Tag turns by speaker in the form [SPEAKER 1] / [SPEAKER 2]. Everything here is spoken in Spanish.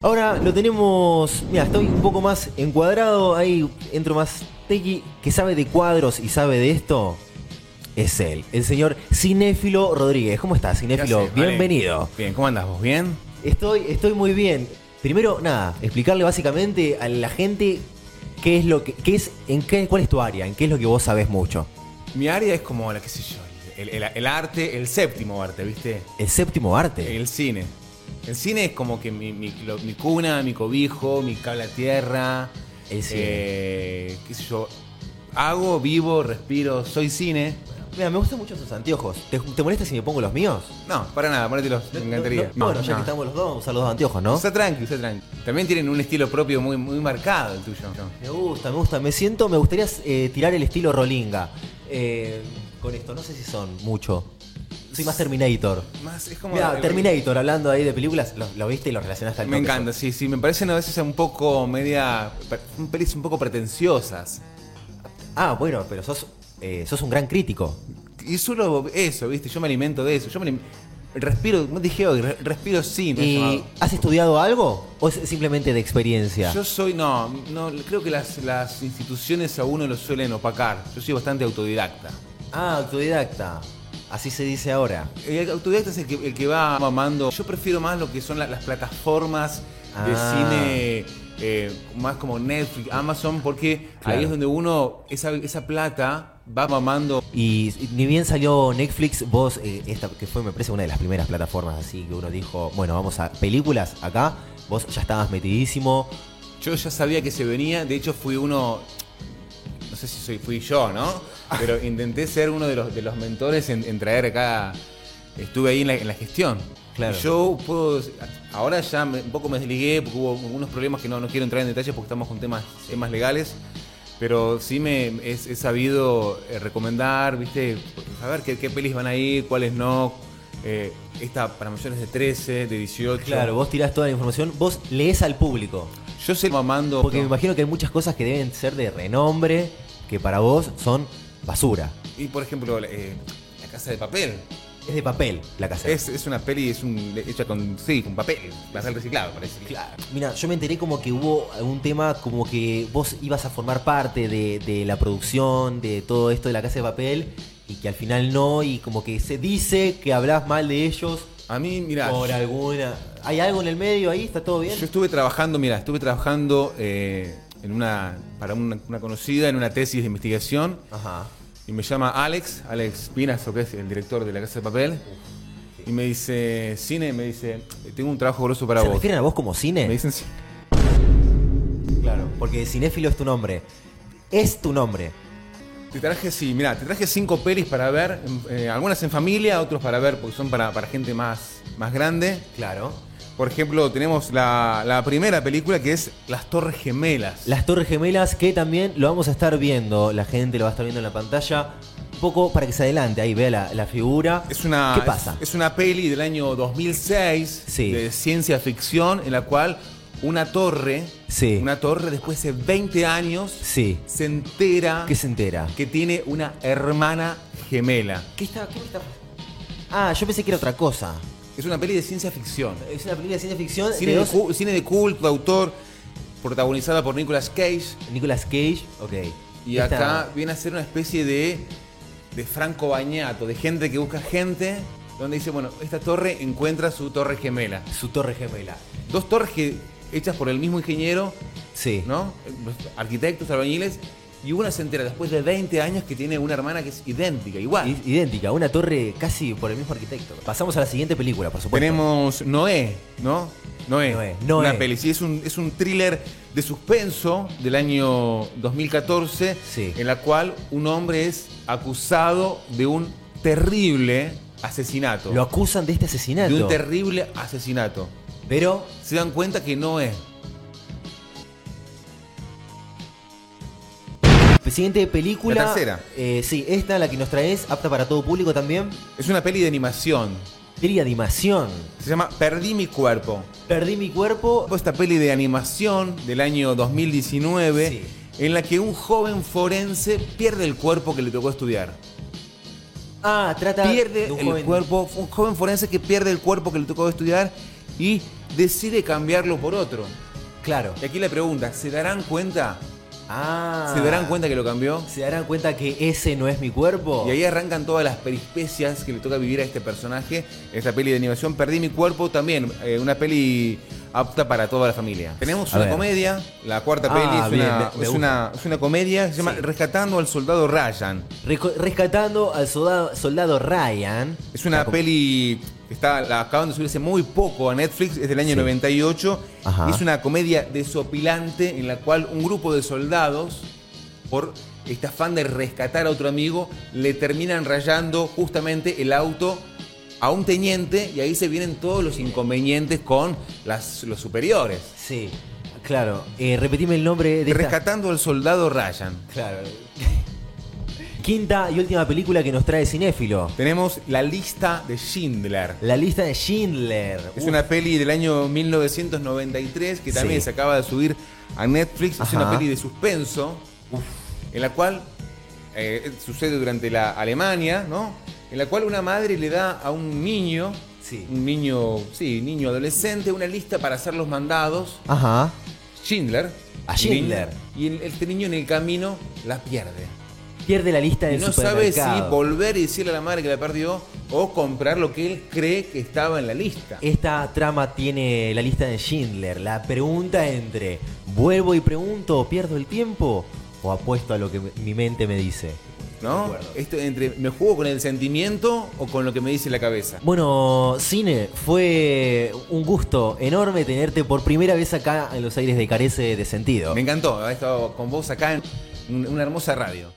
[SPEAKER 1] Ahora lo tenemos, mira, estoy un poco más encuadrado, ahí entro más tequi, que sabe de cuadros y sabe de esto. Es él, el señor Cinéfilo Rodríguez. ¿Cómo estás,
[SPEAKER 2] ¿Qué
[SPEAKER 1] Cinéfilo?
[SPEAKER 2] haces, Valen?
[SPEAKER 1] Bienvenido.
[SPEAKER 2] Bien, ¿cómo andas vos? ¿Bien?
[SPEAKER 1] Estoy, estoy muy bien. Primero, nada, explicarle básicamente a la gente qué es lo que, qué es, en qué, cuál es tu área, en qué es lo que vos sabés mucho.
[SPEAKER 2] Mi área es como la, qué sé yo, el, el- el arte, el séptimo arte, ¿viste?
[SPEAKER 1] El séptimo arte.
[SPEAKER 2] El cine. El cine es como que mi, mi- lo- mi cuna, mi cobijo, mi cable a tierra.
[SPEAKER 1] El cine.
[SPEAKER 2] eh, qué sé yo, hago, vivo, respiro, soy cine.
[SPEAKER 1] Mira, me gustan mucho sus anteojos. ¿Te, te molesta si me pongo los míos?
[SPEAKER 2] No, para nada, ponételos, me encantaría.
[SPEAKER 1] No, no, bueno, ya que estamos los dos, vamos a usar los dos anteojos, ¿no?
[SPEAKER 2] Usa tranqui, usa tranqui. También tienen un estilo propio muy, muy marcado el tuyo.
[SPEAKER 1] Me gusta, me gusta. Me siento, me gustaría eh, tirar el estilo Rolinga. eh, con esto, no sé si son mucho. Soy más Terminator.
[SPEAKER 2] Más, es como
[SPEAKER 1] Mira,
[SPEAKER 2] el-
[SPEAKER 1] Terminator, hablando ahí de películas, lo, lo viste y lo relacionaste al
[SPEAKER 2] Me
[SPEAKER 1] toque.
[SPEAKER 2] encanta, sí, sí. Me parecen a veces un poco media. per- un pelis un poco pretenciosas.
[SPEAKER 1] Ah, bueno, pero sos, eh, sos un gran crítico.
[SPEAKER 2] Y solo eso, ¿viste? Yo me alimento de eso. Yo me alim- Respiro, como dije hoy, re- respiro cine. he
[SPEAKER 1] ¿Y
[SPEAKER 2] llamado.
[SPEAKER 1] has estudiado algo o es simplemente de experiencia?
[SPEAKER 2] Yo soy, no, no, creo que las, las instituciones a uno lo suelen opacar. Yo soy bastante autodidacta.
[SPEAKER 1] Ah, autodidacta. Así se dice ahora.
[SPEAKER 2] El autodidacta es el que, el que va amando. Yo prefiero más lo que son la- las plataformas de
[SPEAKER 1] Ah.
[SPEAKER 2] cine, eh, más como Netflix, Amazon, porque
[SPEAKER 1] Claro.
[SPEAKER 2] ahí es donde uno, esa, esa plata, va mamando
[SPEAKER 1] Y ni bien salió Netflix, vos, eh, esta que fue, me parece, una de las primeras plataformas así que uno dijo, bueno, vamos a películas acá, vos ya estabas metidísimo.
[SPEAKER 2] Yo ya sabía que se venía, de hecho fui uno, no sé si soy, fui yo, ¿no? Pero intenté ser uno de los, de los mentores en, en traer acá, estuve ahí en la, en la gestión.
[SPEAKER 1] Claro.
[SPEAKER 2] Y yo puedo, ahora ya me- un poco me desligué porque hubo unos problemas que no, no quiero entrar en detalles porque estamos con temas, temas legales, pero sí me he, he sabido eh, recomendar, ¿viste? Saber qué, qué pelis van a ir, cuáles no. eh, esta para mayores de 13, de 18.
[SPEAKER 1] Claro, vos tirás toda la información, vos lees al público.
[SPEAKER 2] Yo sé mamando.
[SPEAKER 1] Porque me imagino que hay muchas cosas que deben ser de renombre, que para vos son basura.
[SPEAKER 2] Y por ejemplo, eh, La Casa de Papel.
[SPEAKER 1] Es de papel la casa.
[SPEAKER 2] Es, es una peli es un, hecha con, sí, con papel, papel reciclado, parece. Claro.
[SPEAKER 1] Mira, yo me enteré como que hubo algún tema como que vos ibas a formar parte de, de la producción, de todo esto de la casa de papel, y que al final no, y como que se dice que hablás mal de ellos
[SPEAKER 2] A mí, mira,
[SPEAKER 1] por
[SPEAKER 2] yo,
[SPEAKER 1] alguna... ¿Hay algo en el medio ahí? ¿Está todo bien?
[SPEAKER 2] yo estuve trabajando, mira, estuve trabajando eh, en una para una, una conocida en una tesis de investigación
[SPEAKER 1] Ajá.
[SPEAKER 2] y me llama Alex, Alex Pinazo, que es el director de La Casa de Papel. Y me dice, cine, me dice, tengo un trabajo grosso para
[SPEAKER 1] ¿Se
[SPEAKER 2] vos.
[SPEAKER 1] refieren a vos como cine?
[SPEAKER 2] Me dicen, sí.
[SPEAKER 1] Claro. Porque cinéfilo es tu nombre. Es tu nombre.
[SPEAKER 2] Te traje, sí, mira, te traje cinco pelis para ver, eh, algunas en familia, otros para ver, porque son para, para gente más, más grande.
[SPEAKER 1] Claro.
[SPEAKER 2] Por ejemplo, tenemos la, la primera película que es Las Torres Gemelas.
[SPEAKER 1] Las Torres Gemelas, que también lo vamos a estar viendo. La gente lo va a estar viendo en la pantalla. Un poco para que se adelante, ahí vea la, la figura.
[SPEAKER 2] es una,
[SPEAKER 1] ¿Qué pasa?
[SPEAKER 2] Es, es una peli del año 2006
[SPEAKER 1] Sí.
[SPEAKER 2] de ciencia ficción en la cual una torre,
[SPEAKER 1] Sí.
[SPEAKER 2] una torre después de 20 años,
[SPEAKER 1] Sí.
[SPEAKER 2] se entera
[SPEAKER 1] ¿Qué se entera?
[SPEAKER 2] que tiene una hermana gemela.
[SPEAKER 1] ¿Qué está, qué está- Ah, yo pensé que era otra cosa.
[SPEAKER 2] Es una peli de ciencia ficción.
[SPEAKER 1] Es una película de ciencia ficción
[SPEAKER 2] Cine
[SPEAKER 1] de
[SPEAKER 2] de,
[SPEAKER 1] dos-
[SPEAKER 2] cu- cine de culto, de autor, protagonizada por Nicolas Cage.
[SPEAKER 1] Nicolas Cage. Ok.
[SPEAKER 2] Y
[SPEAKER 1] Esta-
[SPEAKER 2] acá viene a ser una especie de, de franco bañato, de gente que busca gente, donde dice, bueno, esta torre encuentra su torre gemela.
[SPEAKER 1] Su torre gemela.
[SPEAKER 2] Dos torres que- hechas por el mismo ingeniero,
[SPEAKER 1] Sí.
[SPEAKER 2] ¿no? Los Arquitectos, albañiles, y una se entera después de 20 años que tiene una hermana que es idéntica, igual.
[SPEAKER 1] I- idéntica, una torre casi por el mismo arquitecto. Pasamos a la siguiente película, por supuesto.
[SPEAKER 2] Tenemos Noé, ¿no? Noé.
[SPEAKER 1] Noé, Noé.
[SPEAKER 2] Una peli. Sí, es un, es un thriller de suspenso del año 2014,
[SPEAKER 1] Sí.
[SPEAKER 2] en la cual un hombre es acusado de un terrible asesinato.
[SPEAKER 1] Lo acusan de este asesinato.
[SPEAKER 2] de un terrible asesinato.
[SPEAKER 1] Pero
[SPEAKER 2] Se dan cuenta que Noé.
[SPEAKER 1] Siguiente película.
[SPEAKER 2] La tercera.
[SPEAKER 1] Eh, sí, esta, la que nos traes, apta para todo público también.
[SPEAKER 2] Es una peli de animación.
[SPEAKER 1] Peli de animación.
[SPEAKER 2] Se llama Perdí mi cuerpo.
[SPEAKER 1] Perdí mi cuerpo.
[SPEAKER 2] Esta peli de animación del año 2019,
[SPEAKER 1] Sí.
[SPEAKER 2] en la que un joven forense pierde el cuerpo que le tocó estudiar.
[SPEAKER 1] Ah, trata
[SPEAKER 2] pierde
[SPEAKER 1] de un
[SPEAKER 2] el
[SPEAKER 1] joven-
[SPEAKER 2] cuerpo, un joven forense que pierde el cuerpo que le tocó estudiar y decide cambiarlo por otro.
[SPEAKER 1] Claro.
[SPEAKER 2] Y aquí la pregunta, ¿se darán cuenta?
[SPEAKER 1] Ah.
[SPEAKER 2] ¿Se darán cuenta que lo cambió?
[SPEAKER 1] ¿Se darán cuenta que ese no es mi cuerpo?
[SPEAKER 2] Y ahí arrancan todas las peripecias que le toca vivir a este personaje. Esta peli de animación, Perdí mi cuerpo, también eh, una peli apta para toda la familia. Tenemos
[SPEAKER 1] A
[SPEAKER 2] una
[SPEAKER 1] ver.
[SPEAKER 2] comedia, la cuarta
[SPEAKER 1] Ah,
[SPEAKER 2] peli es,
[SPEAKER 1] bien,
[SPEAKER 2] una,
[SPEAKER 1] me- me
[SPEAKER 2] es una- es una comedia que se llama
[SPEAKER 1] Sí.
[SPEAKER 2] Rescatando al Soldado Ryan.
[SPEAKER 1] Reco- Rescatando al soldado, soldado Ryan.
[SPEAKER 2] Es una
[SPEAKER 1] La com-
[SPEAKER 2] peli que está, la acaban de subir hace muy poco a Netflix, es del año
[SPEAKER 1] Sí.
[SPEAKER 2] 98.
[SPEAKER 1] Ajá.
[SPEAKER 2] y Es una comedia desopilante en la cual un grupo de soldados, por este afán de rescatar a otro amigo, le terminan rayando justamente el auto a un teniente y ahí se vienen todos los inconvenientes con las, los superiores.
[SPEAKER 1] Sí, claro. Eh, repetime el nombre de esta-
[SPEAKER 2] Rescatando al soldado Ryan.
[SPEAKER 1] Claro. Quinta y última película que nos trae Cinéfilo.
[SPEAKER 2] Tenemos la lista de Schindler.
[SPEAKER 1] La lista de Schindler.
[SPEAKER 2] Es
[SPEAKER 1] Uf,
[SPEAKER 2] una peli del año 1993 que también
[SPEAKER 1] Sí.
[SPEAKER 2] se acaba de subir a Netflix. Es una
[SPEAKER 1] Ajá.
[SPEAKER 2] peli de suspenso en la cual eh, sucede durante la Alemania, ¿no? En la cual una madre le da a un niño,
[SPEAKER 1] Sí.
[SPEAKER 2] un niño, sí, niño adolescente, una lista para hacer los mandados.
[SPEAKER 1] Ajá.
[SPEAKER 2] Schindler.
[SPEAKER 1] A Schindler.
[SPEAKER 2] Y el- este niño en el camino la pierde.
[SPEAKER 1] Pierde la lista
[SPEAKER 2] Y
[SPEAKER 1] del
[SPEAKER 2] no sabe si
[SPEAKER 1] supermercado.
[SPEAKER 2] volver y decirle a la madre que la perdió o comprar lo que él cree que estaba en la lista.
[SPEAKER 1] Esta trama tiene la lista de Schindler. La pregunta entre ¿vuelvo y pregunto o pierdo el tiempo? ¿O apuesto a lo que mi mente me dice?
[SPEAKER 2] ¿No? Esto entre me juego con el sentimiento o con lo que me dice la cabeza.
[SPEAKER 1] Bueno, Cine, fue un gusto enorme tenerte por primera vez acá en los aires de Carece de Sentido.
[SPEAKER 2] ¿eh? Me encantó haber estado con vos acá en un- una hermosa radio.